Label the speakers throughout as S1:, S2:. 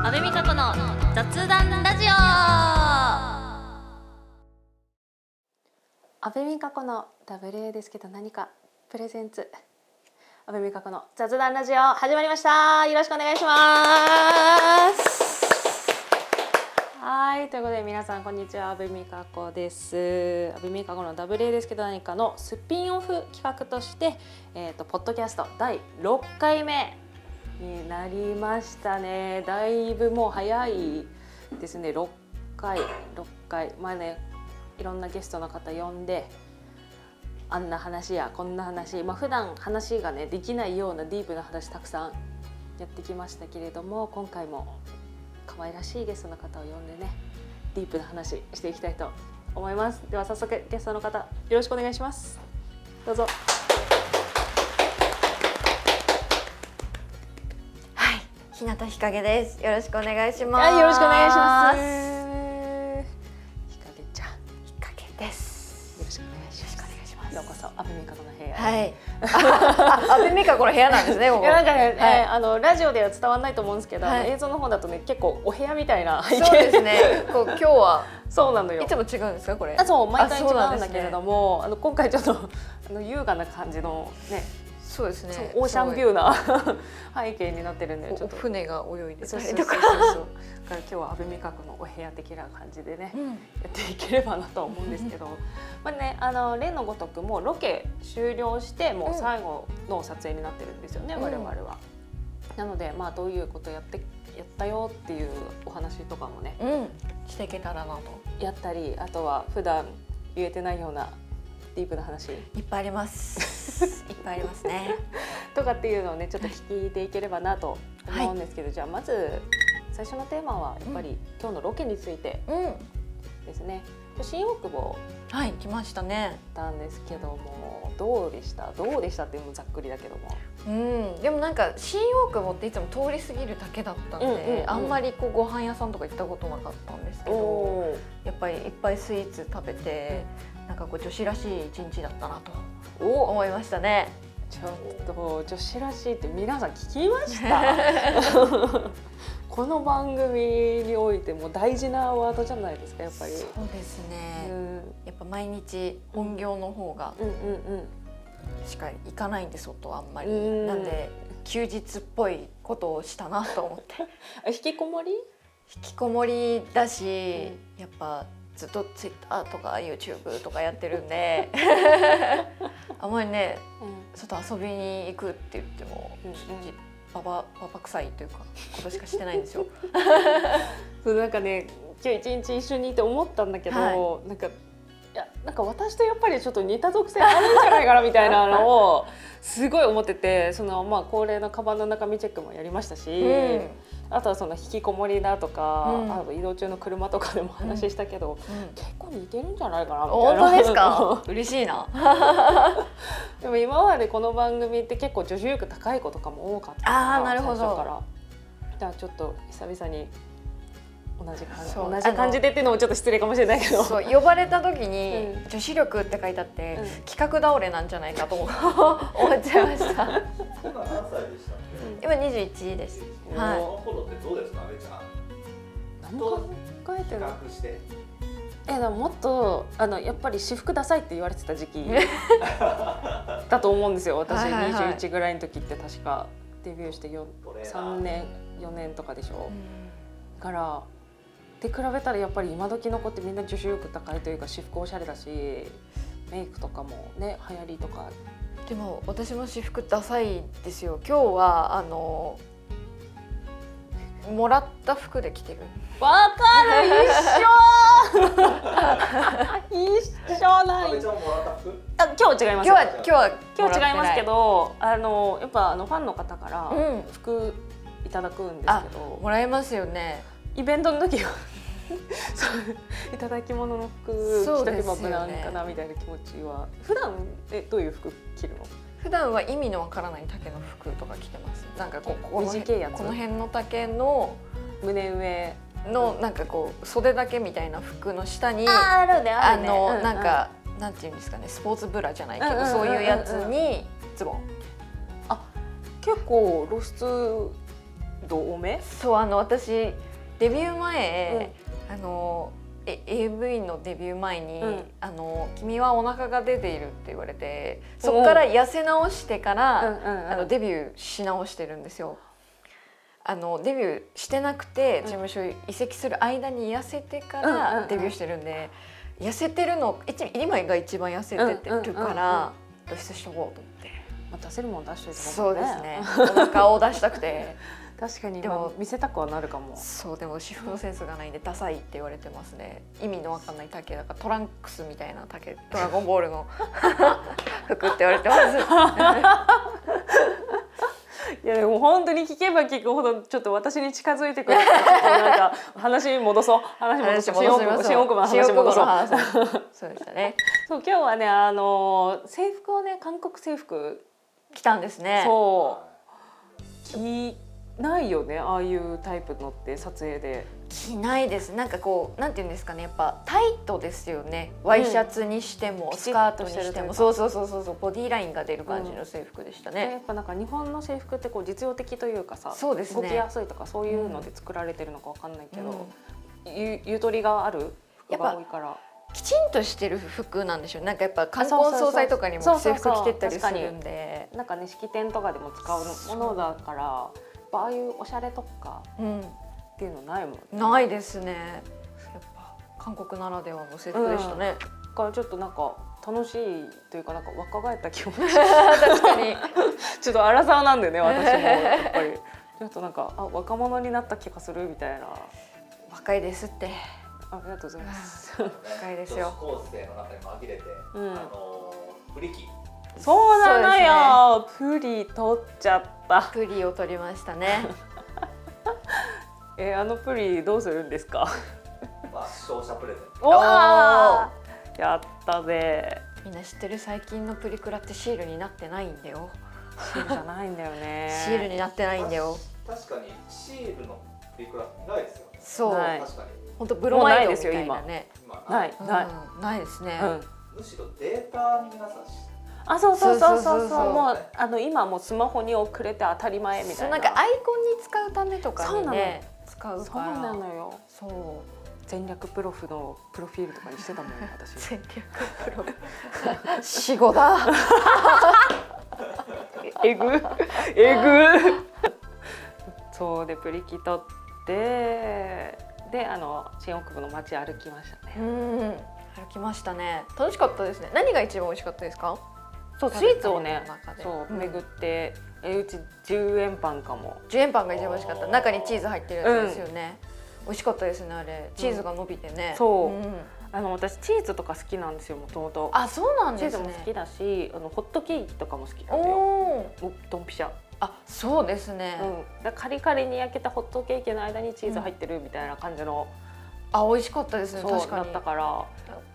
S1: の雑談ラジオ
S2: 安倍美加子の WA ですけど何かプレゼンツ安倍美加子の雑談ラジオ始まりましたよろしくお願いしますはいということで皆さんこんにちは安倍美加子です安倍美加子の WA ですけど何かのスピンオフ企画としてえっ、とポッドキャスト第6回目になりましたねだいぶもう早いですね6回6回まあねいろんなゲストの方呼んであんな話やこんな話まあ普段話がねできないようなディープな話たくさんやってきましたけれども今回も可愛らしいゲストの方を呼んでねディープな話していきたいと思いますでは早速ゲストの方よろしくお願いしますどうぞ
S3: はい、日向日陰です。よろしくお願いします。。
S2: はいよろしくお願いしますひかげちゃんよ
S3: 日陰です。
S2: ろしくお願いし
S3: よろしくお願いしま
S2: ます
S3: す。
S2: ようこそアベミカの部屋へ
S3: はい。あ、安部美香この部屋なんですね。ここ
S2: いやなんかね、
S3: はい
S2: えーあのラジオでは伝わらないと思うんですけど、
S3: はい
S2: 映像の方だとね結構お部屋みたいな背景
S3: そうですね。こう今日は
S2: そうなのよ
S3: いつも違うんですかこれ
S2: あ。そう毎回違
S3: そうな
S2: うんん
S3: で
S2: だ
S3: す
S2: け
S3: ね
S2: れどもあ、の今回ちょっとあの優雅な感じのね
S3: そうですね。
S2: そうオーシャンビ
S3: ー。
S2: ューな 背景になってるんでちょっと
S3: 船が泳いで
S2: そ
S3: た
S2: う
S3: り
S2: そうそうそ
S3: と
S2: う
S3: か。
S2: だから今日は安倍美香子のお部屋的な感じでね
S3: うん
S2: やっていければなとは思うんですけどまあねあの例のごとくもうロケ終了してもう最後の撮影になってるんですよね、
S3: うん
S2: 我々は。なのでまあどういうことやってやったよっていうお話とかもね
S3: うん。していけたらなと。
S2: やったりあとは普段言えてないようなディープな話
S3: いっぱいあります。いっぱいありますね。
S2: とかっていうのをねちょっと聞いていければなと思うんですけど、じゃあまず最初のテーマはやっぱり、今日のロケについて
S3: うん。
S2: ですね新大久保
S3: はい、来ましたね。
S2: だったんですけどもどうでしたどうでしたってもうざっくりだけども
S3: うん、でもなんか新大久保っていつも通り過ぎるだけだったんで、
S2: うんうんうん
S3: あんまりこうご飯屋さんとか行ったことなかったんですけど
S2: お
S3: やっぱりいっぱいスイーツ食べて、なんかこう女子らしい一日だったなと
S2: ーお
S3: 思いましたね。
S2: ちょっと女子らしいって皆さん聞きました この番組においても大事なワードじゃないですかやっぱり
S3: そうです
S2: う
S3: ね、
S2: ん
S3: やっぱ毎日本業の方が
S2: うん
S3: しか行かないんで外はあんまり、
S2: うん
S3: なんで休日っぽいことをしたなと思って
S2: うんうん引きこもり
S3: 引きこもりだし、やっぱずっとツイッターとか YouTube とかやってるんで あんまりね外遊びに行くって言っても、
S2: うんうん
S3: じババババ臭いというかことしかしてない んですよ。
S2: そうなんかね今日一日一緒にいて思ったんだけど、
S3: は
S2: なんかいやなんか私とやっぱりちょっと似た属性あるんじゃないかなみたいなのをすごい思っててそのまあ恒例のカバンの中身チェックもやりましたし、あとはその引きこもりだとか、
S3: うん
S2: あと移動中の車とかでも話したけど、
S3: うん
S2: 結構似てるんじゃないかなみたい
S3: 本
S2: な
S3: 当ですか嬉しいな。
S2: でも今までこの番組って結構女子力高い子とかも多かったから
S3: あーなるほど
S2: 最初からじゃあちょっと久々に同じ感じ
S3: そう
S2: 同じ感じでっていうのもちょっと失礼かもしれないけど
S3: そう呼ばれた時に
S2: うん
S3: 「女子力」って書いてあって、
S2: うん
S3: 企画倒れなんじゃないかと 思っちゃいました
S4: 今何歳でしたっけ？
S3: 今21です
S2: うん
S3: はい
S4: この頃ってどうですか、阿部ちゃ
S2: 何
S4: ん。
S2: も考えて
S4: 比
S2: ない
S4: 較して。
S2: えでももっとあのやっぱり私服ダサいって言われてた時期だと思うんですよ私
S3: はいはいはい
S2: 21ぐらいの時って確かデビューしてよ
S4: トレーナー
S2: 3年4年とかでしょ、だからって比べたらやっぱり今時の子ってみんな女子力高いというか私服おしゃれだしメイクとかもね流行りとか
S3: でも私も私服ダサいですよ今日はあのもらった服で着てる
S2: わかる一緒一緒な
S4: 阿
S2: い
S4: 部ちゃんもらった服？
S2: あ今日違いま
S3: 今
S2: す
S3: 日は今日は
S2: 今日違いますけ
S3: も
S2: どあのやっぱあのファンの方から、
S3: らってない
S2: 服いただくんですけ
S3: うん
S2: ど
S3: もらえますよね
S2: イベントの時は そういただき物の服
S3: そ
S2: 着
S3: う
S2: と
S3: で
S2: け
S3: す
S2: ば
S3: よ
S2: 無
S3: ね
S2: 難かなみたいな気持ちは、普段えどういう服着るの
S3: 普段は意味のわからない丈の服とか着てますなんかこうこの辺
S2: 短いやつ
S3: この辺の丈の
S2: 胸上
S3: のなんかこう袖だけみたいな服の下に
S2: あるね
S3: あの、なんか、なんていうんですかねスポーツブラじゃないけど、
S2: うんうんうんうん
S3: そういうやつにズボン
S2: 結構露出度多め
S3: そうあの私デビュー前、あのえ AV のデビュー前に、
S2: うん
S3: あの「君はお腹が出ている」って言われてそこから痩せ直してから、あ
S2: あ
S3: のデビューし直してるんですよ。あのデビューしてなくて
S2: ん
S3: 事務所移籍する間に痩せてか
S2: うんうんう
S3: ら
S2: ん
S3: デビューしてるんで、痩せてるの一今が一番痩せててるから露出しとこうと思って、
S2: まあ出せるもん出しといて
S3: そうですね お腹を出したくて
S2: 確かに
S3: で
S2: で
S3: も
S2: も見せたくはなるかも
S3: そうでも私服のセンスがないんでダサいって言われてますね意味のわかんない丈だからトランクスみたいな丈ドラゴンボールの服って言われて ます
S2: いやでも本当に聞けば聞くほどちょっと私に近づいてくるから ちょっとなんか話戻そう話戻そう新大久保新大久保の話戻そう
S3: 新大久保の話そうでしたね
S2: そう今日はねあのー制服をね韓国制服
S3: 来たんですね
S2: そう着ないよねああいうタイプのって撮影で
S3: 着ないですなんかこうなんていうんですかねやっぱタイトですよねワイシャツにしても、
S2: うん
S3: スカートに
S2: ピチ
S3: し
S2: ッとしてる
S3: て
S2: という
S3: も
S2: か
S3: そうそうそうそうそうボディラインが出る感じの制服でした
S2: や
S3: ね、
S2: っぱなんか日本の制服ってこう実用的というかさ
S3: そうですね
S2: 動きやすいとかそういうので作られてるのかわかんないけど、
S3: う
S2: ゆゆとりがある服が多いから
S3: んきちんとしてる服なんでしょうなんかやっぱ冠
S2: そうそう
S3: 婚
S2: そう
S3: 葬祭とかにも
S2: そうそ
S3: 制
S2: う
S3: 服
S2: そう
S3: 着てったりするんで
S2: なんかね式典とかでも使うものだからやっぱああいうおしゃれとかっていうのないもんね、
S3: うんないですねやっぱ韓国ならではの制服でしたね、
S2: だからちょっとなんか楽しいというかなんか若返った気持ち
S3: 確かに
S2: ちょっと荒沢なんだよね私もやっぱりちょっとなんかあ若者になった気がするみたいな
S3: 若いですって
S2: ありがとうございます
S3: 深いですよ
S4: 女子高生の中に紛れて、
S2: うん
S4: あのー不利気
S2: そうなのよ、プリ取っちゃった
S3: プリを取りましたね
S2: えあのプリどうするんですか
S4: まあ視聴者プレゼント
S2: おわー やったぜ
S3: みんな知ってる最近のプリクラってシールになってないんだよ
S2: シールじゃないんだよね
S3: シールになってないんだよ。
S4: 確かにシールのプリクラないですよね
S3: そう、
S2: ない
S4: 確かに
S3: 本当ブロマイド
S2: もうないで
S3: み
S2: すよ
S3: たいなね。
S4: 今
S2: ないない、
S3: うんないですね。
S2: うん
S4: むしろデータに皆さん知って
S2: あそうそうそうそう
S3: そうそ
S2: そうう
S3: そう
S2: もうあの今はもうスマホに遅れて当たり前み
S3: そ
S2: た
S3: う
S2: い
S3: な
S2: なん
S3: かアイコンに使うためとかにね使う
S2: そ
S3: か
S2: う
S3: ら。
S2: なのよ
S3: そう
S2: 全略プロフのプロフィールとかにしてたもん私
S3: 戦略プロ。 死後だ。
S2: えぐ え ぐそうでプリキ取ってであの新大久保の街歩きましたね、
S3: うん。歩きましたね。楽しかったですね。何が一番美味しかったですか？
S2: そうスイーツをね
S3: 食べた中で
S2: そう
S3: うん
S2: 巡って、えうち10円パンかも
S3: ジュエンパンが一番美味しかった。中にチーズ入ってるやつですよね。美味しかったですねあれ。チーズが伸びてね。
S2: そうんあの私チーズとか好きなんですよもともと
S3: あ、そうなん
S2: チー
S3: で
S2: ズ
S3: す
S2: も
S3: ね。
S2: 好きだしあのホットケーキとかも好きなんだよ
S3: おお。
S2: もうドンピシャ
S3: あ、そうですね。
S2: うん、だカリカリに焼けたホットケーキの間にチーズ入ってるみたいな感じの、
S3: あ、美味しかったですね。
S2: そう
S3: 確か
S2: だ
S3: に
S2: っ。たから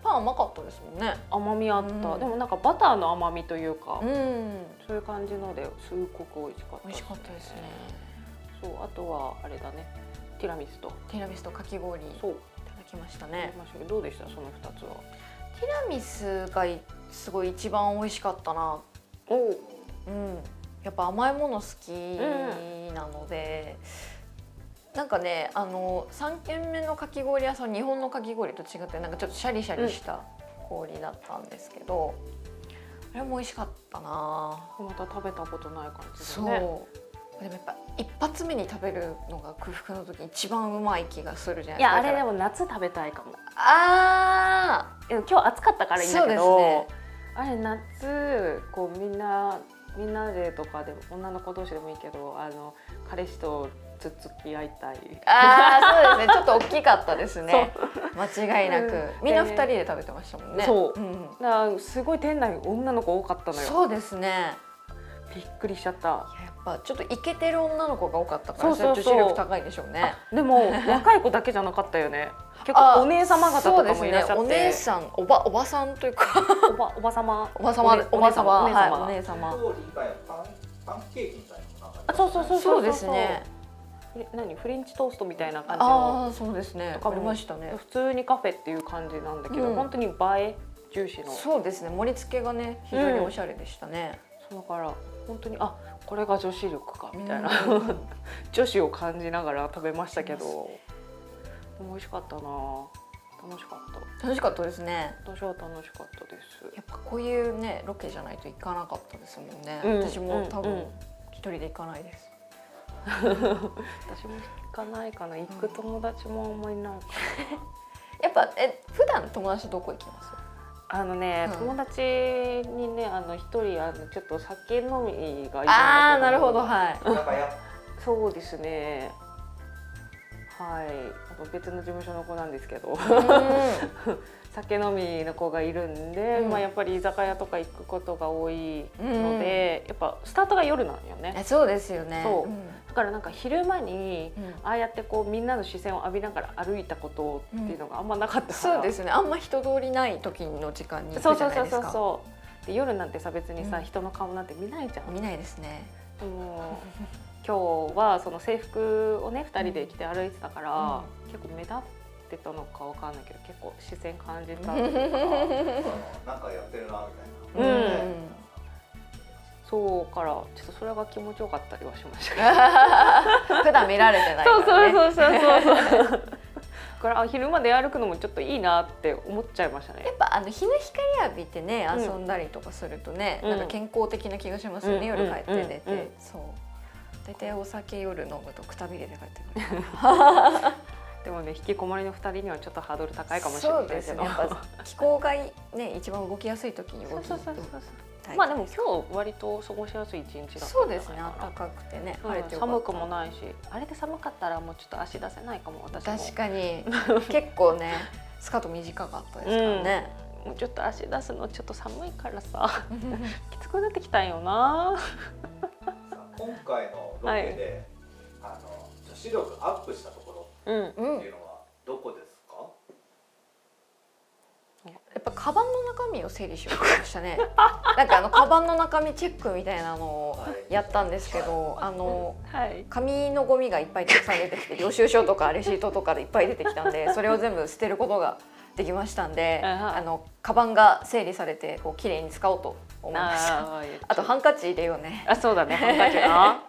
S3: パン甘かったですもんね。
S2: 甘みあった、
S3: うん
S2: でもなんかバターの甘みというか、
S3: うん。
S2: そういう感じのですごく美味しかった
S3: 美味しかったですね。
S2: そうあとはあれだねティラミスと
S3: ティラミスとかき氷い
S2: そう
S3: ただきました
S2: やり
S3: ね。
S2: ましょうどうでしたその二つは
S3: ティラミスがいすごい一番美味しかったな。
S2: おお
S3: うん。やっぱ甘いもの好きなので。なんかね、あの三軒目のかき氷屋さん日本のかき氷と違ってなんかちょっとシャリシャリした氷だったんですけど、あれも美味しかったな。
S2: また食べたことない感じ
S3: そ
S2: だ
S3: う、
S2: ね
S3: でもやっぱ一発目に食べるのが空腹の時一番うまい気がするじゃ
S2: い
S3: ないです
S2: や
S3: か
S2: あれで
S3: も
S2: も夏食べたいかも
S3: あ
S2: いや今日暑かったからいいんだけ
S3: そう
S2: ど、
S3: で
S2: あれ夏こうみんなみんなでとかでも女の子同士でもいいけどあの彼氏とつっつき合いたい
S3: ーあーそうですねちょっと大きかったですね間違いなく、
S2: うん
S3: みんな二人で食べてましたもんね
S2: そうんだからすごい店内女の子多かったのよ
S3: そうですね
S2: びっくりしちゃった
S3: いややっぱちょっとイケてる女の子が多かったから
S2: そうそうそう
S3: れは女子力高いでしょうね
S2: で も若い子だけじゃなかったよね結
S3: あ
S2: 構お姉様方とかもいらっしゃって、
S3: そうですねお姉さんおばおばさんというか
S2: おばおば様
S3: おばさま
S2: ね
S3: おばさま
S2: お姉様
S3: はいお姉さま
S4: 料理以外はパンパンケーキみたいなのなんか
S2: あそうそうそう
S3: そうですね
S2: フレ何フレンチトーストみたいな感じの
S3: ああーそうですね
S2: とか
S3: あ
S2: も
S3: りましたね
S2: 普通にカフェっていう感じなんだけど、
S3: うん
S2: 本当に映え重視の
S3: そうですね盛り付けがね非常におしゃれでしたね、
S2: だから本当にあこれが女子力かみたいな、
S3: うん
S2: 女子を感じながら食べましたけど美味しかったな楽しかった
S3: 楽しかったですね
S2: 私は楽しかったです
S3: やっぱこういうねロケじゃないと行かなかったですもんね、
S2: うん
S3: 私も多
S2: うんう
S3: 分
S2: ん
S3: 一人で行かないです、
S2: 私も行かないかな行く友達もあんまりいないか
S3: やっぱえ普段友達とどこ行きます
S2: らあのね、
S3: うん
S2: 友達にねあの一人あのちょっと酒飲みがいるんだけど
S3: ああなるほど はい
S4: なんかや
S2: そうですねはいあの別の事務所の子なんですけど 酒飲みの子がいるんで、
S3: うん
S2: まあやっぱり居酒屋とか行くことが多いので、やっぱスタートが夜なんよね
S3: えそうですよね
S2: そうんだからなんか昼間に
S3: うん
S2: ああやってこうみんなの視線を浴びながら歩いたことっていうのがあんまなかったから、
S3: そうですねあんま人通りない時の時間に行
S2: そう
S3: くじ
S2: そ
S3: ゃ
S2: う
S3: ない
S2: そう
S3: ですか
S2: そうそうで夜なんてさ別にさ、
S3: うん
S2: 人の顔なんて見ないじゃん
S3: 見ないですね
S2: でも今日はその制服をね2人で着て歩いてたから、結構目立ってたのかわかんないけど結構視線感じたっていうか
S4: なんかやってるなみ
S2: う
S4: たい
S2: ん
S4: な。
S2: そうからちょっとそれが気持ちよかったりはしましたけど
S3: 普段見られてないから、
S2: そう
S3: ね、
S2: そうそうそうそうそうだからあ昼まで歩くのもちょっといいなって思っちゃいました
S3: や
S2: ね
S3: っぱあの日の光浴びてね
S2: うん
S3: 遊んだりとかするとね、
S2: うん
S3: なんか健康的な気がしますよね、
S2: うん
S3: 夜帰って寝て、
S2: うんうんうん
S3: そう大体お酒夜飲むとくたびれて帰ってくる
S2: でもね引きこもりの2人にはちょっとハードル高いかもしれない
S3: そうで
S2: け
S3: す
S2: ど
S3: ねやっぱ気候がいいね一番動きやすい時に
S2: そ
S3: 動
S2: う
S3: き
S2: そうそうそう
S3: たい
S2: まあでも今日割と過ごしやすい一日だったんじゃないかな
S3: そうですね暖かくてね
S2: うん
S3: 晴れてよかった
S2: 寒くもないしあれで寒かったらもうちょっと足出せないかも私も
S3: 確 かに結構ねスカート短かったですからね、
S2: もうちょっと足出すのちょっと寒いからさ きつくなってきたんよな
S4: さ今回のロケで、あの女子力アップしたとこ
S2: うんや
S3: うん
S4: ろっていうのはどこですか？
S3: やっぱカバンの中身を整理しようとしましたね なんかあのカバンの中身チェックみたいなのをやったんですけ どあの
S2: はい
S3: 紙のゴミがいっぱいたくさん出てきて 領収書とかレシートとかでいっぱい出てきたんでそれを全部捨てることができましたんで
S2: うんうん
S3: あのカバンが整理されてこう綺麗に使おうと思いました
S2: あー
S3: あとハンカチ入れようね
S2: あそうだねハンカチ な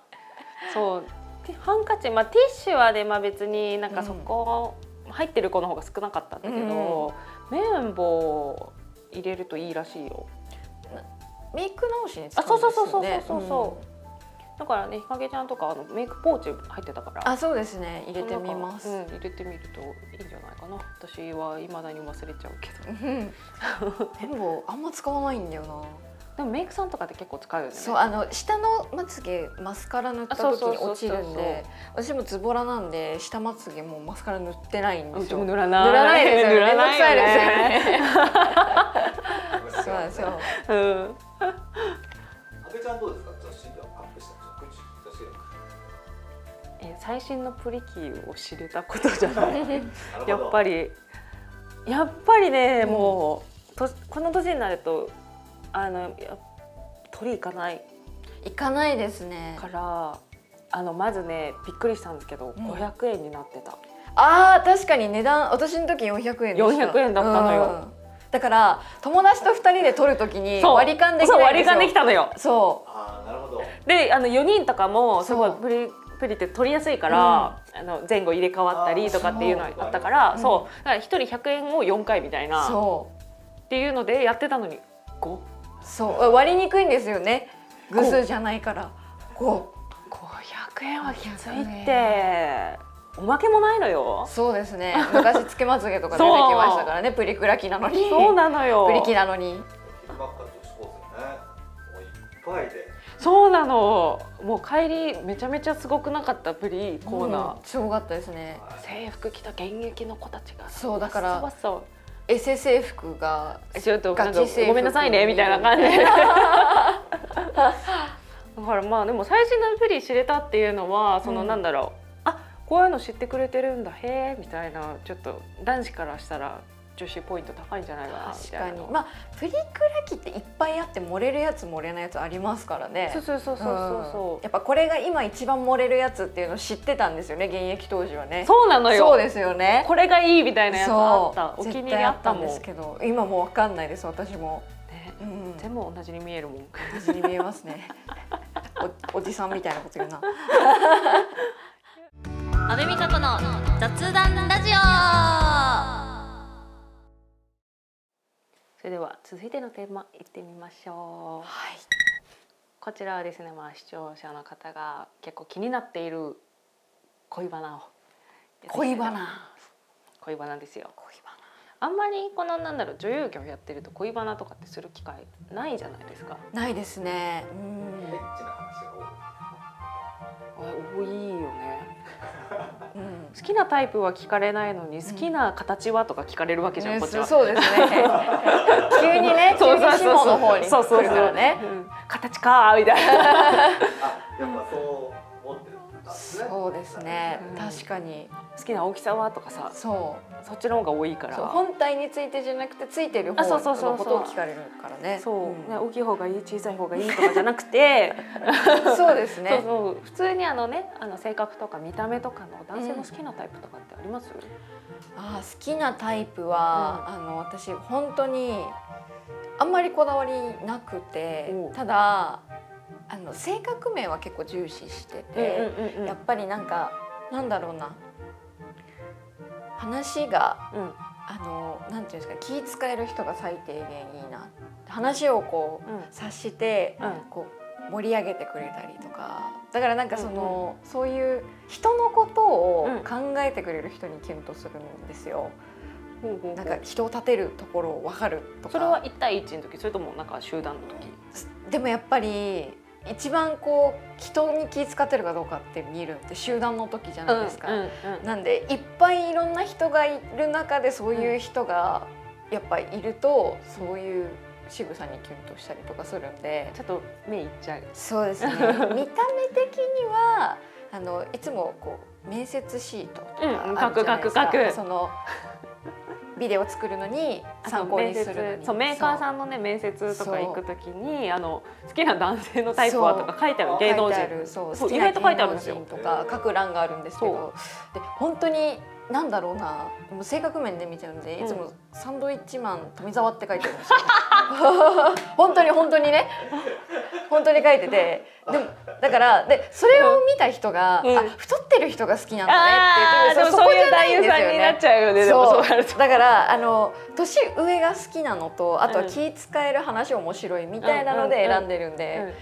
S2: そうでハンカチまあティッシュはねまあ別になんかそこ、入ってる子の方が少なかったんだけど、綿棒入れるといいらしいよ
S3: メイク直しに使うんですよね
S2: あそうそうそうそうそうそ
S3: うん
S2: だからね日陰ちゃんとかあのメイクポーチ入ってたから
S3: あそうですね入れてみます、
S2: うん、入れてみるといいんじゃないかな私は未だに忘れちゃうけど
S3: うん綿棒あんま使わないんだよな
S2: でもメイクさんとかって結構使うよね
S3: そうあの下のまつげマスカラ塗った
S2: あそう
S3: 時
S2: そう
S3: に
S2: そうそう
S3: 落ちるんで私もズボラなんで下まつげもうマスカラ塗ってないん
S2: あ
S3: で
S2: う
S3: す
S2: ち
S3: よ
S2: も
S3: 塗
S2: 塗らない
S3: らないですよね
S2: 塗らないよ
S3: めんどく
S2: ね
S3: さいですよねそうなん
S4: あ
S3: ですよ
S2: うん
S4: べちゃんどうですか？女子力アップした女子女子力。
S2: え最新のプリキーを知れたことじゃない
S4: なるほど
S2: やっぱりやっぱりね、
S3: うん
S2: もうとこの年になるとあのや取り行かない
S3: 行かないですね
S2: からあのまずねびっくりしたんですけど、
S3: ん
S2: 500円になってた
S3: あー確かに値段私の時400円でした
S2: 400円だったのよ
S3: うんだから友達と2人で撮る時に
S2: そう
S3: 割り勘でき
S2: そう
S3: ないん
S2: 割
S3: で
S2: り
S3: すよ
S2: 勘できたのよ
S3: そ
S4: ああなるほど。
S2: であの4人とかもすごい
S3: そう
S2: プリプリって取りやすいから、あの前後入れ替わったりとかっていうの
S4: あーそう
S2: あったから
S3: うん
S2: そうだから1人100円を4回みたいうなっ
S3: そう
S2: ていうのでやってたのに5
S3: そう割りにくいんですよね偶数じゃないからこ
S2: 500円はきついっ
S3: 500
S2: ておまけもないの
S3: う
S2: よ
S3: そうです ね昔つけまつげとか出てきましたからねプリクラ機なのに
S2: そうなのよ
S3: プリキなのに
S4: 昼間から女子高生ね、もういっぱいで。
S2: そうなのもう帰りめちゃめちゃすごくなかったプリコーナー、
S3: うんすごかったですね
S2: 制服着た現役の子たちが
S3: そうだから
S2: わっさわっさ
S3: エ制服が
S2: ちょっとなん
S3: ガ
S2: か
S3: チ制服
S2: ごめんなさいねみたいな 感じでだからまあでも最新のアプリ知れたっていうのはその
S3: うん
S2: なんだろう、あこういうの知ってくれてるんだへえみたいなちょっと男子からしたら女子ポイント高いんじゃないかなみ
S3: 確
S2: た
S3: か
S2: いな
S3: にまあプリクラ機っていっぱいあって盛れるやつ盛れないやつありますからね
S2: そうそうそうそうそう
S3: うん
S2: そ
S3: やっぱこれが今一番盛れるやつっていうのを知ってたんですよね現役当時は
S2: う
S3: ね
S2: そうなのよ
S3: そうですよね
S2: これがいいみたいなやつあ
S3: そ
S2: っ
S3: う
S2: たお気に入り
S3: 絶対
S2: あったもん
S3: んですけど今もうわかんないです私も、
S2: ね
S3: うん、
S2: 全部同じに見えるもん
S3: 同じに見えますねおおじさんみたいなこと言うな
S1: 阿部美加子の雑談ラジオ
S2: それでは続いてのテーマいってみましょう。
S3: はい
S2: こちらはですね、まあ、視聴者の方が結構気になっている恋バナを
S3: 恋バナ
S2: 恋バナですよ
S3: 恋バ
S2: あんまりこのなんだろう女優業やってると恋バナとかってする機会ないじゃないですか
S3: ナないですねう
S4: エ
S3: ん
S4: ッチな話が多い
S2: あ多いよね
S3: うん
S2: 好きなタイプは聞かれないのに好きな形はとか聞かれるわけじゃん、
S3: ね
S2: こっちは
S3: そうですね 急にね急
S2: そう
S3: に
S2: そうそう
S3: 下の方に
S2: そうそう
S3: 来る
S2: そ
S3: から
S2: う
S3: ね
S2: うん形かみたいな
S4: あやっぱそう思ってるんですね
S3: そうですね
S2: うん
S3: 確かに
S2: 好きな大きさはとかさ
S3: そう
S2: そっちの方が多いから
S3: そう本体についてじゃなくてついてる
S2: あ
S3: 方
S2: そうそうそうそう
S3: のことを聞かれるからね
S2: そう、
S3: ん
S2: ね、大きい方がいい小さい方がいいとかじゃなく て
S3: そうです
S2: そう
S3: ね
S2: そう普通にあのねあの性格とか見た目とかの男性の好きなタイプとかってあります、
S3: あー好きなタイプは、あの私本当にあんまりこだわりなくて
S2: おう
S3: ただあの性格面は結構重視してて、
S2: うんうんうん
S3: やっぱりなんかなんだろうな話が
S2: うん
S3: あのなんていうんですか気使える人が最低限いいな話をこう
S2: うん
S3: 察して、
S2: うん
S3: こう盛り上げてくれたりとかだからなんかその、そういう人のことを
S2: うん
S3: 考えてくれる人にキュンとするんですよ。
S2: ほうほうほう
S3: なんか人を立てるところを分かるとか
S2: それは一対一の時それともなんか集団の時
S3: でもやっぱり一番こう人に気使ってるかどうかって見るのって集団の時じゃないですか、
S2: うんうん
S3: なんでいっぱいいろんな人がいる中でそういう人がやっぱいるとそういう仕草にキュンとしたりとかするんで
S2: ちょっと目いっちゃう
S3: そうですね見た目的にはあのいつもこう面接シートとか
S2: うん
S3: あるじゃないですか、
S2: 書く書く書く
S3: そのビデオ作るのに参考にするの
S2: 面接
S3: に
S2: そうメーカー
S3: ん
S2: さんのね面接と
S3: そう
S2: か行く時にあの好きな男性のタイプはとか書いてある
S4: そう
S2: 芸能人
S3: そう
S2: そう
S3: 好
S2: 意
S3: きな
S2: 外と書いてあ
S3: 芸
S2: るん
S3: 能
S2: ですよ
S3: 人とか書く欄があるんですけどで本当になんだろうなもう性格面で見ちゃうんでいつもサンドイッチマン富澤って書いてあるんですよ 本当に本当にね本当に書いててでもだからでそれを見た人が、
S2: うん
S3: あ太ってる人が好きなんだね
S2: あ
S3: って
S2: ー
S3: 言っ
S2: で
S3: て
S2: も
S3: そこ
S2: そう
S3: じ
S2: いう
S3: ゃな
S2: 男
S3: いん
S2: 優さ
S3: ですよ
S2: んになっ
S3: ね
S2: ちゃうよねでもそうなると
S3: だからあの年上が好きなのとあとは気使える話面白いみたいなので選んでるんで、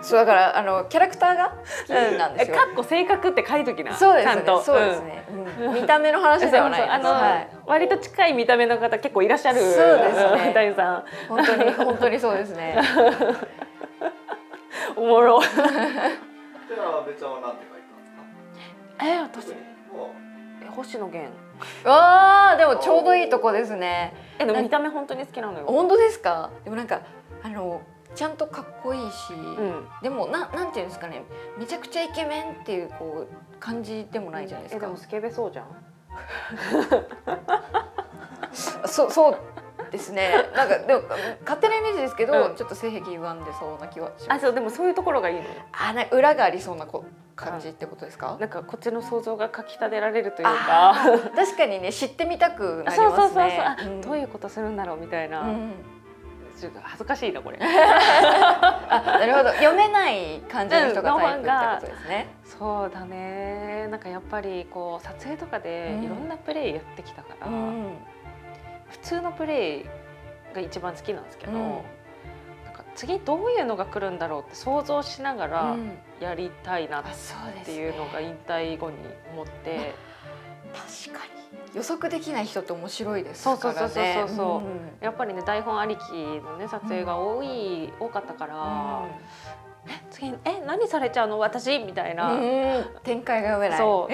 S3: そうだからあのキャラクターが好きなんですよ。
S2: かっこ性格って書いときな
S3: そうです
S2: ちゃ
S3: ね
S2: んと。
S3: そうですね、うん見た目の話
S2: うん
S3: ではな い
S2: そうそうあ
S3: です。
S2: の、
S3: はい
S2: 割と近い見た目の方結構いらっしゃる
S3: そうですね
S2: 大優さん
S3: 本当に本当にそうです ね。
S2: おもろ
S4: じゃあ阿部ちゃんは何て書いたんですか
S2: え私
S4: も
S2: 星野源
S3: わあでもちょうどいいとこですね。
S2: えで
S3: な
S2: も
S3: ん
S2: 見た目本当に好きなのよ
S3: 本当ですか？でもなんかあのちゃんとかっこいいし、
S2: うん
S3: でもななんていうんですかね、めちゃくちゃイケメンっていうこう感じでもないじゃないです
S2: えで
S3: か。
S2: もスケベそうじゃん
S3: そうそうです ね。なんかでも勝手なイメージですけど、
S2: うん
S3: ちょっと性癖歪んでそうな気はします
S2: あ。そうでもそういうところがいいのよ
S3: あな裏がありそうなこ感じってことですか？
S2: なんかこっちの想像がかきたてられるというか
S3: 確かにね知ってみたくなりますね。
S2: そうそうそうそうあ
S3: ん
S2: どういうことするんだろうみたいな、
S3: うん
S2: ちょっと恥ずかしいな これ
S3: あなるほど読めない感じの人が
S2: うん
S3: タイプってことですね。
S2: そうだねなんかやっぱりこう撮影とかで
S3: うん
S2: いろんなプレイやってきたから、
S3: うん
S2: 普通のプレイが一番好きなんですけど、
S3: うん
S2: なんか次どういうのが来るんだろうって想像しながら
S3: うん
S2: やりたいなっ
S3: あそうです
S2: て
S3: ね
S2: いうのが引退後に思って、
S3: 確かに予測できない人って面白いです
S2: そうそ
S3: か
S2: うそ
S3: ら
S2: うそう
S3: ね。
S2: そうそうん
S3: ん
S2: やっぱりね台本ありきのね撮影が多い、多かったから、次に「え何されちゃうの私」みたいな、っ
S3: うん展開が読めない。
S2: そう
S3: あ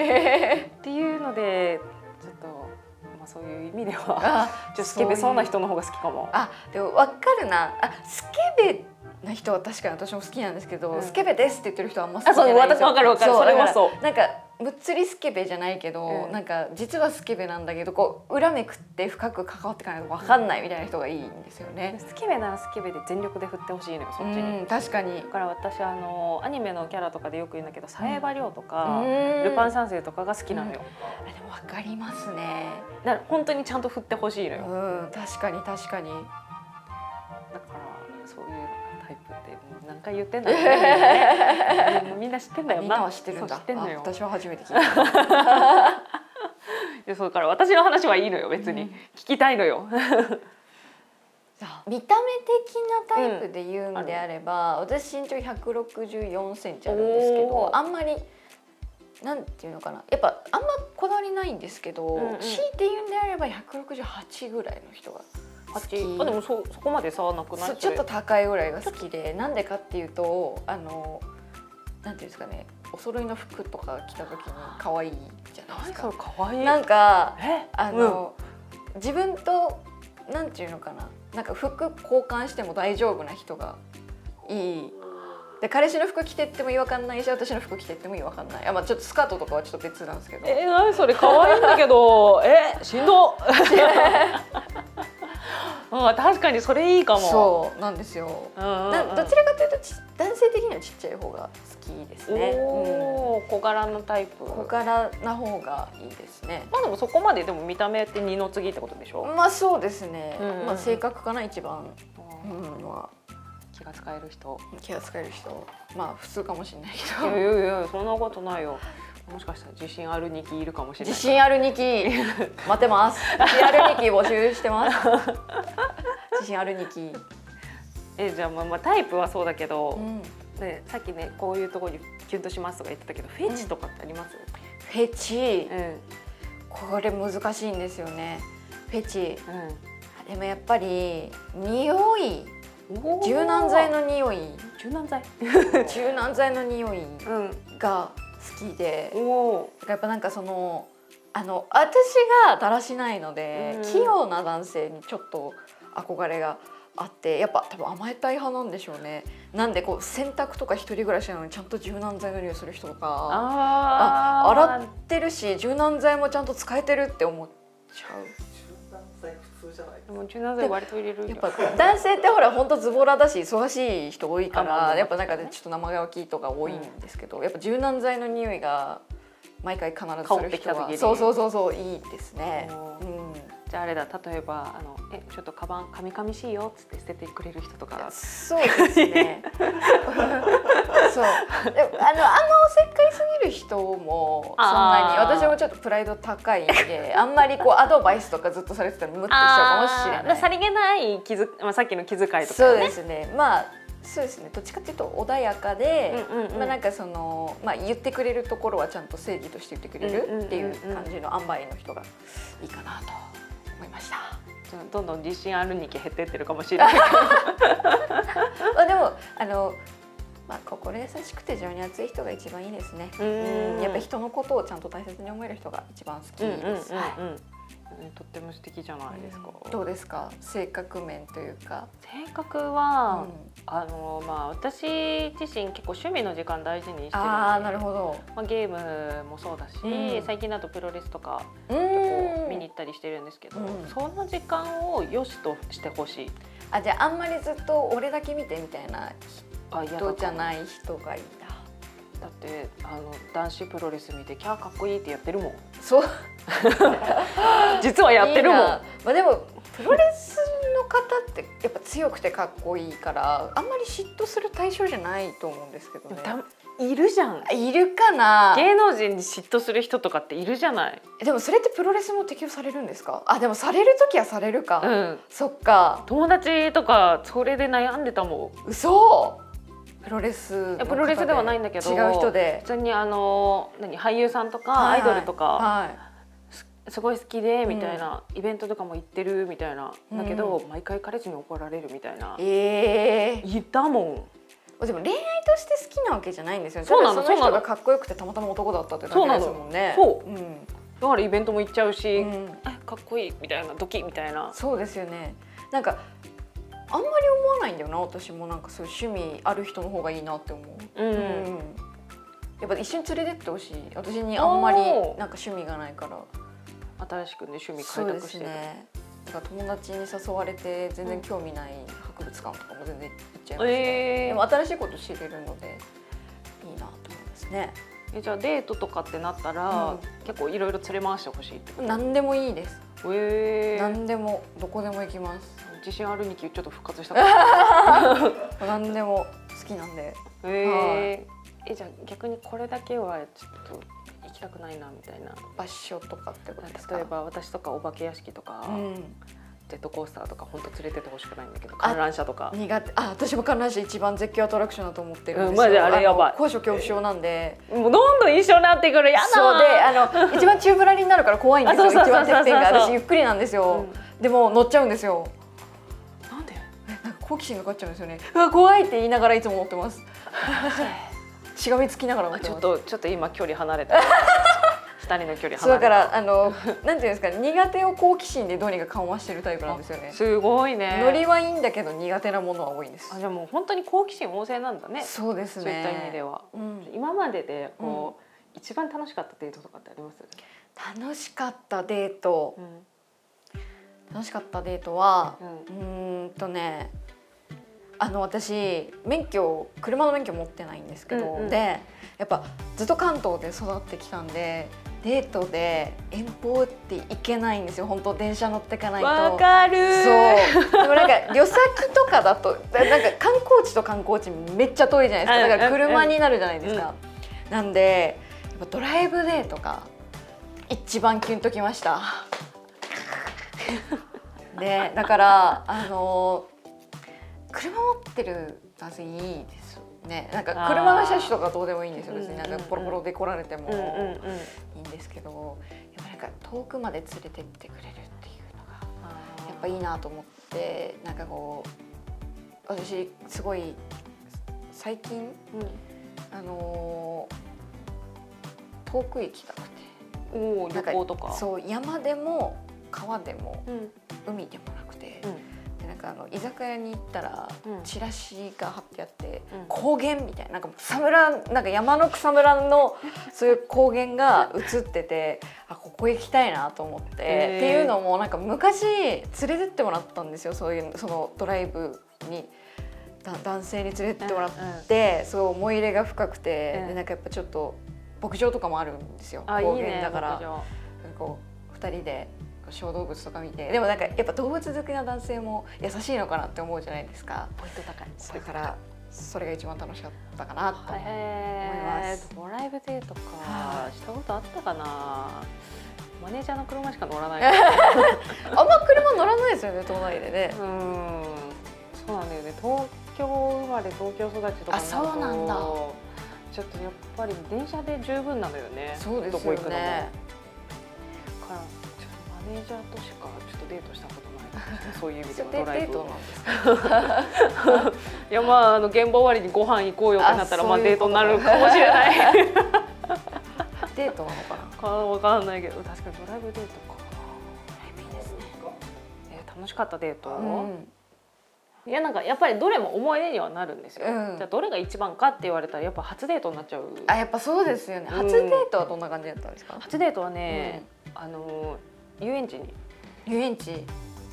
S2: ていうのでちょっと、まあ、そういう意味で は ちょ
S3: あ
S2: っとスケベそうな人の方が好きかも。
S3: あでも分かるなあスケベな人は確かに私も好きなんですけど、
S2: うん
S3: スケベですって言ってる人はあんま好き
S2: あ
S3: じ
S2: そ
S3: ゃ
S2: う
S3: ないんで
S2: 私
S3: すよ
S2: わかるわかるそれはそう
S3: だからなんかむっつりスケベじゃないけど、
S2: うん
S3: なんか実はスケベなんだけどこう裏めくって深く関わっていかないと分かんないみたいな人がいいんですよね。
S2: スケベならスケベで全力で振ってほしいのよそっちに。
S3: うん確かに
S2: だから私あのアニメのキャラとかでよく言うんだけど、サエバリョウとか、ル
S3: ル
S2: パ
S3: あ
S2: ン三世とかが好きなのよ。
S3: でも分かりますね。
S2: だから本当にちゃんと振ってほしいの
S3: う
S2: よ。
S3: ん確かに確かに。
S2: だからそういうのがイプってもう何回言ってんだろうね もうみんな知ってんだよ
S3: みん
S2: な
S3: なは知ってるんだ
S2: そう知ってんの
S3: あ
S2: よ
S3: 私は初めて聞いた
S2: いやそうだから私の話はいいのよ別に、
S3: うん
S2: 聞きたいのよ
S3: 見た目的なタイプで言うんであれば、私身長164センチあるんですけ
S2: お
S3: ど
S2: ー
S3: あんまりなんていうのかなやっぱあんまこだわりないんですけど、
S2: うんうん
S3: 強いて言うんであれば168ぐらいの人が好き
S2: あでもそそこまで差はなくない
S3: そうちょっと高いぐらいが好きでなんでかっていうとあのなんていうんですかねお揃いの服とか着た時に可愛いじゃないで
S2: 何
S3: すか
S2: それ。かわいい
S3: なんか
S2: え
S3: あの、自分となんていうのかななんか服交換しても大丈夫な人がいいで彼氏の服着てっても違和感ないし私の服着てっても違和感ないあ、まあ、ちょっとスカートとかはちょっと別なんですけど
S2: えー、何それ可愛いんだけど えしん どうん確かにそれいいかも
S3: そうなんですよ、
S2: うんうんうん、
S3: などちらかというとち男性的にはちっちゃい方が好きですね、うん
S2: おお、小柄のタイプ
S3: 小柄な方がいいですね
S2: まあでもそこまででも見た目って二の次ってことでしょ、
S3: まあそうですね、
S2: うんうんうん
S3: まあ、性格かな一番、う
S2: うん
S3: んま
S2: 気が使える人
S3: あ、気が使える人まあ普通かもしれない
S2: いや
S3: け
S2: い
S3: ど
S2: やいやそんなことないよもしかしたら自信あるにきいるかもしれ ない
S3: 自信ある2期待ってます自信ある2期募集してます 自信ある2期、
S2: えじゃあまあまあタイプはそうだけ
S3: う
S2: ど、
S3: ん、
S2: ね、さっきねこういうところにキュンとしますとか言ってたけどフェチとかってあります、
S3: フェチ
S2: うんうん
S3: これ難しいんですよねフェチでもやっぱり匂い
S2: おー
S3: 柔軟剤の匂い
S2: 柔軟剤
S3: 柔軟剤の匂い
S2: うん
S3: が好きで
S2: おお
S3: やっぱなんかそのあの私がだらしないので、
S2: うん
S3: 器用な男性にちょっと憧れがあってやっぱ多分甘えたい派なんでしょうねなんでこう洗濯とか一人暮らしなのにちゃんと柔軟剤の匂いする人とか
S2: あー
S3: あ洗ってるし柔軟剤もちゃんと使えてるって思っちゃう
S4: 軟剤普通じゃない
S2: でも柔軟剤割と入れるよ
S3: やっぱ男性ってほらほんとズボラだし忙しい人多いか
S2: あまあまあ
S3: らやっぱなんかねちょっと生乾きとか多いんですけど、やっぱ柔軟剤の匂いが毎回必ずする人
S2: 香ってきた時
S3: は
S2: に
S3: そうそうそうそういいですね。
S2: お
S3: う
S2: ー
S3: ん
S2: じゃああれだ例えばあのえちょっとカバンカミカミしいよっつって捨ててくれる人とか
S3: そうですね。そう。でもあのあのおせっかいすぎる人もそんなに
S2: あー
S3: 私もちょっとプライド高い んで、あんまりこうアドバイスとかずっとされてたらムッてしちゃうかもしれ
S2: あーさ
S3: ない。
S2: りげない気づ、まあ、さっきの気遣いとかね
S3: そうですね。まあそうですね。どっちかっていうと穏やかで。
S2: うんうんうん
S3: まあ、なんかその、まあ、言ってくれるところはちゃんと正義として言ってくれるっていう感じの塩梅の人がいいかなと思いました。
S2: どんどん自信あるにき減ってってるかもしれないけど
S3: まあでもあのまあ心優しくて情に熱い人が一番いいですね。
S2: うん
S3: うんやっぱ人のことをちゃんと大切に思える人が一番好き
S2: うんうんうん
S3: です。はい
S2: うんうんとっても素敵じゃないですか、
S3: どうですか性格面というか。
S2: 性格は、
S3: うん
S2: あのまあ私自身結構趣味の時間大事にしてるんで
S3: ああなるほど。
S2: まあ、ゲームもそうだし、
S3: うん
S2: 最近だとプロレスとか
S3: う
S2: こう見
S3: ー
S2: に
S3: ん。
S2: 行ったりしてるんですけど、
S3: うん
S2: その時間を良しとしてほしい
S3: あじゃああんまりずっと俺だけ見てみたいな
S2: あいや
S3: 人じゃ
S2: い
S3: ない人がいいな。
S2: だってあの男子プロレス見てキャーかっこいいってやって るもん
S3: そう。
S2: 実はやってるも
S3: い
S2: ん
S3: いなまあでもプロレスの方ってやっぱ強くてかっこいいからあんまり嫉妬する対象じゃないと思うんですけど
S2: で
S3: ね
S2: も。たいるじゃん
S3: あいるかな。
S2: 芸能人に嫉妬する人とかっているじゃない
S3: でもそれってプロレスも適用されるんですかあでもされる時はされるか、
S2: うん
S3: そっか
S2: 友達とかそれで悩んでたもん
S3: 嘘プロレス
S2: いやプロレスではないんだけど
S3: 違う人で
S2: 普通にあの何俳優さんとかア
S3: はい
S2: イ
S3: はい
S2: ドルとか
S3: は
S2: すごい好きでみたいな、イベントとかも行ってるみたいなだけど、
S3: う、
S2: 毎回彼氏に怒られるみたいない
S3: え
S2: いたも
S3: ー、でも恋愛として好きなわけじゃないんですよね
S2: そうなの
S3: ただそ
S2: そう
S3: の人
S2: な
S3: が
S2: の
S3: かっこよくてたまたま男だったってだけですもんね、
S2: そう
S3: ん
S2: んだからイベントも行っちゃうし、
S3: う
S2: え
S3: ん、
S2: かっこいいみたいなドキッみたいな
S3: そうですよねなんかあんまり思わないんだよな私もなんかそういう趣味ある人の方がいいなって思う
S2: うん、
S3: うんやっぱ一緒に連れてってほしい私にあんまり
S2: おー
S3: なんか趣味がないから
S2: 新しくね趣味
S3: そ
S2: 開
S3: うで
S2: 拓し
S3: す
S2: てる、
S3: ねだから友達に誘われて全然興味ない博物館とかも全然行っちゃいますね、
S2: え
S3: でも
S2: ー
S3: 新しいこと知れるのでいいなと思いますね
S2: えじゃあデートとかってなったら、
S3: うん
S2: 結構いろいろ連れ回してほしいってこ
S3: 何でもいいです
S2: とえー、
S3: 何でもどこでも行きます
S2: 自信あるにきちょっと復活したから、
S3: 何でも好きなんで
S2: えーえじゃあ逆にこれだけはちょっと行きたくないなみたいな
S3: 場所とかってことですか
S2: 例えば私とかお化け屋敷とか、
S3: うん
S2: ジェットコースターとか本当連れてってほしくないんだけど
S3: あ
S2: 観覧車とか
S3: 苦手あ私も観覧車一番絶叫アトラクションだと思ってるんです
S2: う
S3: よ、
S2: んマジあれやばい
S3: の高所恐怖症なんで、
S2: もうどんどん一緒になってくるやだ
S3: そうであの一番宙ぶらりんになるから怖いんですよ
S2: あそうそう
S3: 一
S2: そうそう
S3: 番てっぺん
S2: そ
S3: が
S2: うそう
S3: 私ゆっくりなんです
S2: う
S3: よ、
S2: ん
S3: でも乗っちゃうんですよ
S2: なんで
S3: なんか好奇心が勝っちゃうんですよねうわ怖いって言いながらいつも乗っ てますしがみつきながら乗っ
S2: あ
S3: て
S2: ちょ
S3: ま
S2: っ
S3: す
S2: とちょっと今距離離れ た二人の距離離れた
S3: そうだからあのなんていうんですか苦手を好奇心でどうにか緩和してるタイプなんですよね
S2: すごいね
S3: ノリはいいんだけど苦手なものは多いんです
S2: あじゃあもう本当に好奇心旺盛なんだね
S3: そうですね
S2: そういった意味では
S3: うん、
S2: 今まででこう、一番楽しかったデートとかってあります、
S3: 楽しかったデート
S2: うん
S3: 楽しかったデートは
S2: うん
S3: うーんとねあの私免許車の免許持ってないんですけど、
S2: うんうん
S3: でやっぱずっと関東で育ってきたんでデートで遠方って行けないんですよ本当電車乗ってかないと。
S2: わかる
S3: そうでもなんか旅先とかだとだなんか観光地と観光地めっちゃ遠いじゃないですかだから
S2: うんうんうん
S3: 車になるじゃないですか、なんでやっぱドライブデーとか一番キュンときましたでだからあの車持ってるだぜいいですよねなんか車の車種とかどうでもいいんですよ別になんかポロポロで来られても、
S2: うんうんうん
S3: いいんですけどやっぱなんか遠くまで連れてってくれるっていうのがやっぱ
S2: り
S3: いいなと思ってなんかこう私すごい最近あのー遠く行きたくて
S2: おお
S3: な
S2: 旅
S3: んか
S2: 行とか
S3: そう山でも川でも
S2: う、ん、
S3: 海でもなくて、
S2: うん
S3: でなんかあの居酒屋に行ったら、
S2: うん
S3: チラシが貼ってあって、
S2: うん
S3: 高原みたいななんか草むらなんか山の草むらのそういう高原が映っててあここ行きたいなと思っ
S2: へー
S3: て、っていうのもなんか昔連れてってもらったんですよそういうそのドライブに。だ男性に連れてってもらって、すごい思い入れが深くて、
S2: うん
S3: でなんかやっぱちょっと牧場とかもあるんですよ
S2: あい
S3: 高
S2: いね
S3: 原だから
S2: 牧場
S3: なんかこう2人でこう小動物とか見てでもなんかやっぱ動物好きな男性も優しいのかなって思うじゃないですか
S2: ポイント高い
S3: だからそれが一番楽しかったかなと、
S2: へ
S3: 思いま
S2: え
S3: す
S2: ドライブデートか
S3: はい
S2: したことあったかなマネージャーの車しか乗らないから
S3: あんま車乗らないですよね都内でね
S2: う、ーんそうなんだよね東京生まれ東京育ちとか
S3: あそうなんだ
S2: ちょっとやっぱり電車で十分なのよね
S3: そうです
S2: どこ
S3: よ
S2: 行くのも
S3: ね
S2: だからちょっとマネージャーとしかちょっとデートしたことないですねそういう意味
S3: そ
S2: で
S3: れ
S2: は
S3: デ
S2: ドライ
S3: デー
S2: ブ
S3: トなんですか
S2: いやまああの現場終わりにご飯行こうよってなったら
S3: あ
S2: まあ
S3: そうい
S2: デ
S3: う
S2: ー
S3: こ
S2: ト
S3: と
S2: になるかもしれない
S3: デートなのかな
S2: かわかんないけど確かにドライブデートかえー楽しかったデート、
S3: うん
S2: いやなんかやっぱりどれも思い出にはなるんですよ、
S3: うん
S2: じゃあどれが一番かって言われたらやっぱ初デートになっちゃう
S3: あやっぱそうですよね
S2: うん
S3: 初デートはどんな感じだったんですか、
S2: 初デートはね、あのー遊園地に
S3: 遊園地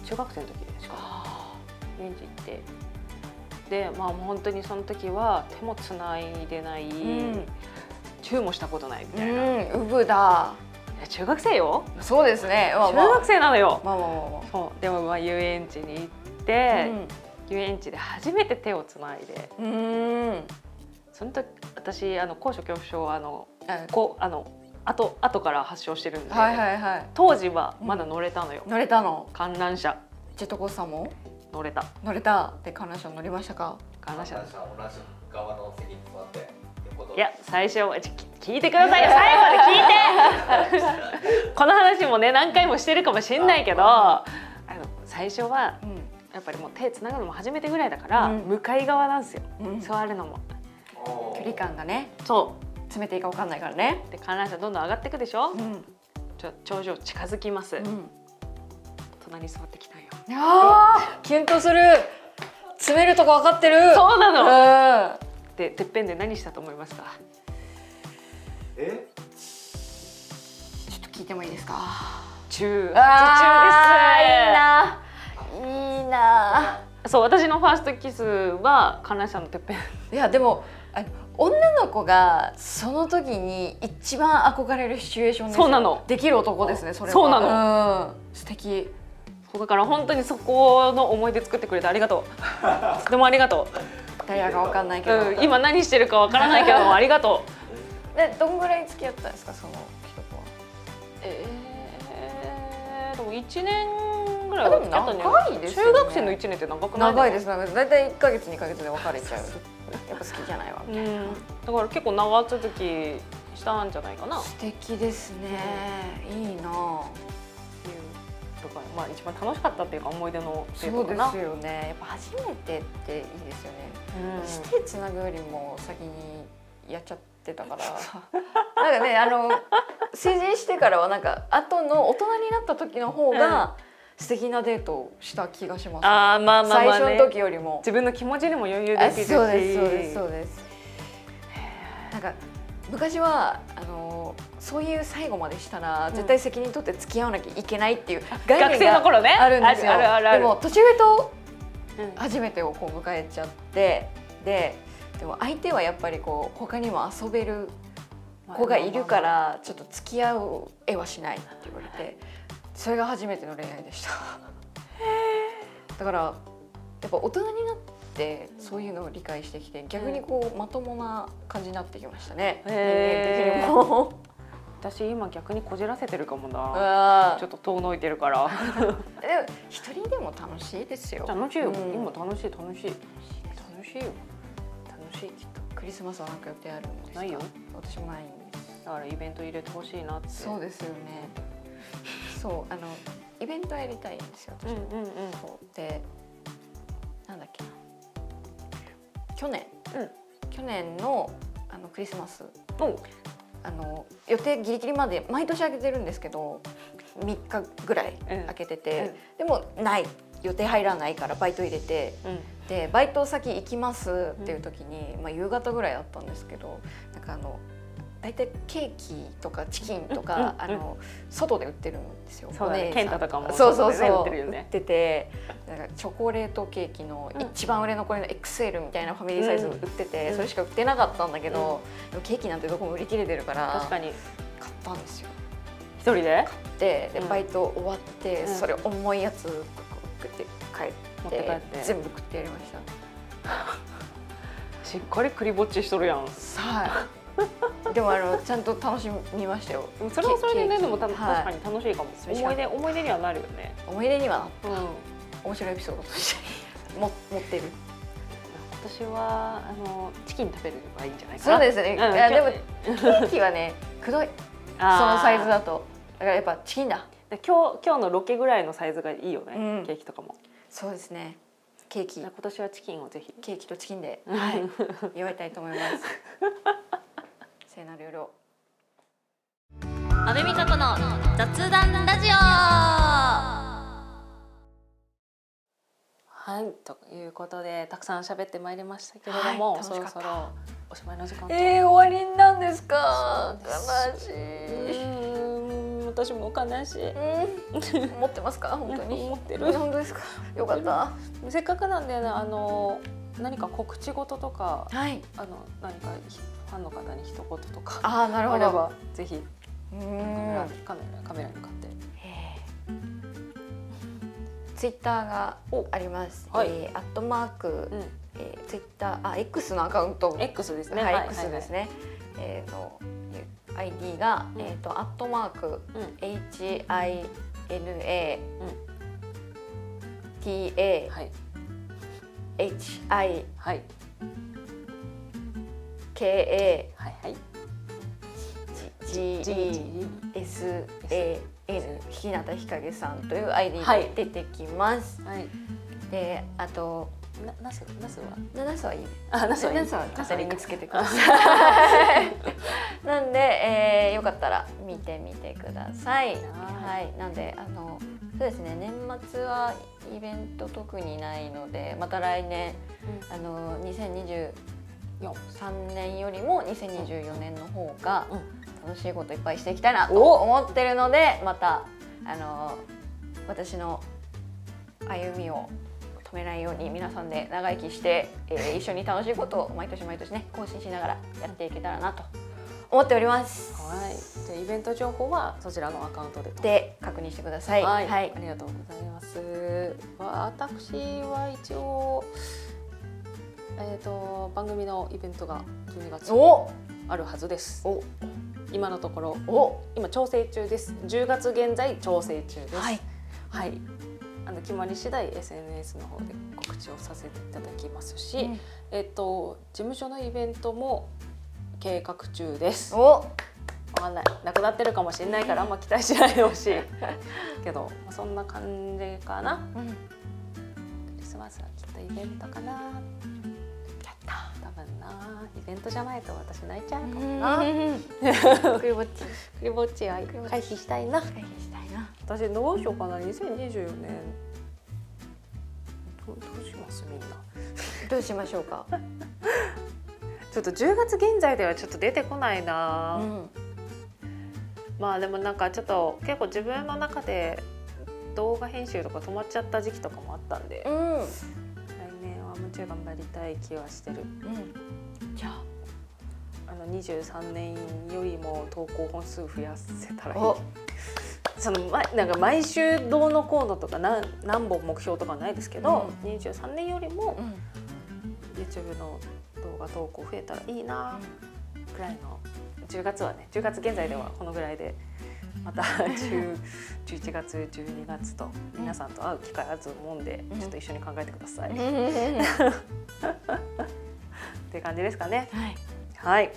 S2: 中学生の時しかも遊園地行ってでまあもう本当にその時は手もつないでない、
S3: ん
S2: チューもしたことないみ
S3: う
S2: たいな、い
S3: んウブだ
S2: や中学生よ、
S3: そうですねまあまあ
S2: 中学生なのよ、
S3: まあまあまあまあ
S2: そうでもまあ遊園地に行って、遊園地で初めて手をつないで
S3: うんうん
S2: その時私あの高所恐怖症はあの
S3: あ
S2: こうあの後後から発症してるんで、
S3: はいはいはい
S2: 当時はまだ乗れたのよ、
S3: 乗れたの
S2: 観覧車
S3: ジェットコースターも
S2: 乗れた
S3: 乗れたで観覧車乗りましたか
S2: 観覧車
S4: 同じ側の席に座って横通
S2: い
S4: り
S2: や最初はちょき聞いてくだ さいよ最後まで聞いて この話もね何回もしてるかもしんないけどあの最初は
S3: う
S2: やっぱりもう手つなぐのも初めてぐらいだから、
S3: うん
S2: 向かい側なんですよ、
S3: ん、うん、距
S2: 座るのも
S4: おー
S3: 離感がね
S2: そ
S3: 詰めていいかわかんないからね
S2: うで観覧車どんどん上がってくでしょ、
S3: うん、うん、
S2: ちょ頂上近づきます、隣座ってきたんよ
S3: あーキュンとする詰めるとこ分かってるう
S2: そうなの、
S3: ん
S2: でてっぺんで何したと思いますか
S4: え
S3: ちょっと聞いてもいいですかあ
S2: 中途中です
S3: ーいいないいな
S2: そう私のファーストキスは観覧車のてっぺん
S3: いやでもあ女の子がその時に一番憧れるシチュエーションですよ
S2: そうなの
S3: できる男ですねそれは
S2: そうな
S3: の、うん、素敵
S2: そうだから本当にそこの思い出作ってくれてありがとう とてもありがと
S3: 誰やかわかんないけ
S2: う、
S3: ど、
S2: うん、今何してるかわからないけど もありがとう
S3: でどんぐらい付き合ったんですかその人とは
S2: えー、でも1年ぐらい
S3: あで
S2: は
S3: も
S2: 付き合ったんじゃ
S3: 長
S2: ない
S3: いですよね
S2: 中学生の1年って長くない
S3: 長いですす長いです大体1か月2か月で別れちゃうやっぱ好きじゃないわ
S2: う
S3: みたいな、
S2: んだから結構長続きしたんじゃないかなってい
S3: 素敵ですね、いいなあ
S2: うとかまあ一番楽しかったっていうか思い出のデー
S3: そ
S2: ト
S3: う
S2: か
S3: で
S2: な
S3: すよねやっぱ初めてっていいですよね、
S2: す
S3: してつなぐよりも先にやっちゃってたからなんかねあの成人してからはなんか後の大人になった時の方が素敵なデートをした気がします、
S2: ああまあまあ
S3: 最
S2: まあ、ね、
S3: 初の時よりも、
S2: 自分の気持ちにも余裕で
S3: あ
S2: きるし
S3: そうですそうですそうですなんか昔はあのそういう最後までしたら絶対責任取って付き合わなきゃいけないっていう概
S2: 学
S3: 念
S2: 生の
S3: が
S2: 頃ね
S3: あるんですよ
S2: あるあるある
S3: でも年上と
S2: うん
S3: 初めてをこう迎えちゃってででも相手はやっぱりこう他にも遊べる子がいるからちょっと付き合う絵はしないって言われてそれが初めての恋愛でしただからやっぱ大人になってそういうのを理解してきて逆にこうまともな感じになってきましたね人間
S2: へー
S3: 的に も
S2: 私今逆にこじらせてるかも
S3: う
S2: な
S3: わ
S2: ちょ
S3: ー
S2: っと遠のいてるから
S3: でも一人でも楽しいですよ
S2: 楽しいよ、
S3: うん
S2: 今楽しい楽しい楽しいよ楽しいきっと
S3: クリスマスはなんか予定あるんですか
S2: ないよ
S3: 私もないんです
S2: だからイベント入れてほしいなって
S3: そうですよね。そうあのイベントやりたいんですよ。
S2: う
S3: 私
S2: ん
S3: も
S2: うんうん
S3: そうでなんだっけな去年、
S2: うん
S3: 去年のあのクリスマス
S2: おう
S3: あの予定ギリギリまで毎年開けてるんですけど3日ぐら
S2: う
S3: い
S2: ん
S3: 開けてて、でもない予定入らないからバイト入れて
S2: うん
S3: でバイト先行きますっていう時に、まあ、夕方ぐらいあったんですけどなんかあの大体ケーキとかチキンと
S2: うんうん
S3: か、あの外で売ってるんですよ。
S2: そうだね
S3: お姉さん
S2: ケンタとかも
S3: そうそうそう
S2: 外でね売ってるよね
S3: 売っててなんかチョコレートケーキの一番売れ残りの XL みたいなファミリーサイズ売ってて、
S2: うん
S3: それしか売ってなかったんだけど、でもケーキなんてどこも売り切れてるから
S2: 確か
S3: 買
S2: に
S3: ったんですよ。
S2: 一人で
S3: でで
S2: うん
S3: バイト終わって、
S2: うん
S3: それ重いやつ食って帰
S2: 持
S3: っ
S2: って
S3: て
S2: 帰って
S3: 全部食ってやりました。
S2: しっかりクリぼっちしとるやん
S3: さあでもあのちゃんと楽しみましたよ
S2: でもそれはそれで
S3: ケー
S2: ね
S3: キ
S2: でも多分
S3: はい
S2: 確かに楽しいかも、
S3: しか
S2: 思い出思い出にはなるよね
S3: 思い出には
S2: うん
S3: 面白いエピソードとしても持ってる
S2: 私はあのチキン食べるのがいいんじゃないか
S3: そ
S2: な
S3: うですすね、
S2: ん、
S3: いやでも
S2: 今日
S3: ケーキはねくどいそのサイズ
S2: あ
S3: だとだからやっぱチキンだ
S2: ー今日今日のロケぐらいのサイズがいいよね、
S3: うん
S2: ケーキとかも
S3: そうですねケーキ
S2: 今年はチキンをぜひ
S3: ケーキとチキンではい祝いたいと思います 聖なる夜を
S1: 阿部美加子の雑談ラジオ
S2: はいということでたくさん喋ってまいりましたけれども、
S3: はい楽
S2: そ
S3: し
S2: ろ
S3: かった
S2: そろおしまいの時間と
S3: えー、終わりなんです
S2: か
S3: か
S2: う
S3: 悲しい、
S2: ーん私も悲 しい
S3: うん、持ってますか本当に
S2: 思ってる
S3: 本当ですかよかった
S2: せっかくなんでねあの何か告知事とか
S3: はい
S2: あの何かひファンの方に一言とか
S3: ああなる
S2: あ
S3: ほ
S2: れ
S3: ど
S2: ばぜひ
S3: う
S2: カメラ
S3: ん
S2: カメラカメラに向かって
S3: ツイッターがあります。
S2: おはい
S3: えーアットマーク、
S2: うん
S3: えー、ツイッターあ X のアカウント、
S2: X ですね
S3: はい X ですね。えーの ID が、
S2: うん
S3: えっ、とアットマーク
S2: うん
S3: H I N A
S2: うん
S3: T A
S2: はい
S3: H I
S2: はい
S3: K
S2: はいはい
S3: A G E S A N 日向ひかげさんという ID が
S2: はい
S3: 出てきます。
S2: はい
S3: であと
S2: なナスナスは
S3: 七つはいいね。
S2: あナスはいい
S3: ナスは
S2: ナスはいい
S3: 見つけてください。 なんで、えーよかったら見てみてください。
S2: は
S3: はい、なんであのそうですね。年末はイベント特にないので、また来年、あの2023
S2: よ
S3: 年よりも2024年の方が
S2: うん
S3: 楽しいこといっぱいしていきたいなと
S2: お
S3: 思ってるので、またあの私の歩みをめないように皆さんで長生きして、えー一緒に楽しいことを毎年毎年ね更新しながらやっていけたらなと思っております。
S2: はい。じゃあイベント情報はそちらのアカウントでと。
S3: で確認してください。
S2: はい、
S3: はい
S2: ありがとうございます。私は一応。えっ、と、番組のイベントが12月に
S3: お
S2: あるはずです。
S3: お
S2: 今のところ、
S3: お
S2: 今調整中です。10月現在調整中です。
S3: はい。
S2: はい。あの決まり次第 SNS の方で告知をさせていただきますし、
S3: うん
S2: えっと事務所のイベントも計画中です。わ
S3: お
S2: かんない。なくなってるかもしれないからあんま期待しないでほし い。けどまあそんな感じかな。クリスマスはきっとイベントかな。やった。多分なイベントじゃないと私泣いちゃうかもな。
S3: クリぼっち
S2: クリぼっちは回避したいな。
S3: 回避したいな。
S2: 私どうしようかな2024年どうどうしますみんな
S3: どうしましょうか。
S2: ちょっと10月現在ではちょっと出てこないな、
S3: うん
S2: まあでもなんかちょっと結構自分の中で動画編集とか止まっちゃった時期とかもあったんで、来
S3: うん
S2: 年はもうちょい頑張りたい気はしてる
S3: じゃあ
S2: あの23年よりも投稿本数増やせたらいい
S3: お
S2: そのまなんか毎週どうのこうのとか何何本目標とかはないですけど、23年よりも、
S3: うん。
S2: YouTube の動画投稿増えたらいいなくらいの10月はね10月現在ではこのぐらいでまた10 11月12月と皆さんと会う機会あると思うんで
S3: うん
S2: ちょっと一緒に考えてください、っ
S3: は
S2: て感じですかね。
S3: い。
S2: はい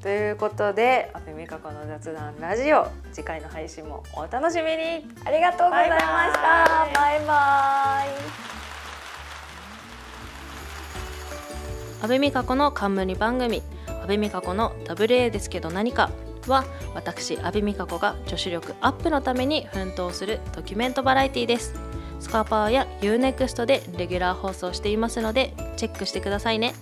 S2: ということで「阿部美香子の雑談ラジオ」次回の配信もお楽しみに
S3: ありがとうございました。バイバイ。
S5: 安倍美香子の冠番組「安倍美香子の WA ですけど何か」は私安倍美香子が女子力アップのために奮闘するドキュメントバラエティですスカパーや UNEXT でレギュラー放送していますのでチェックしてくださいね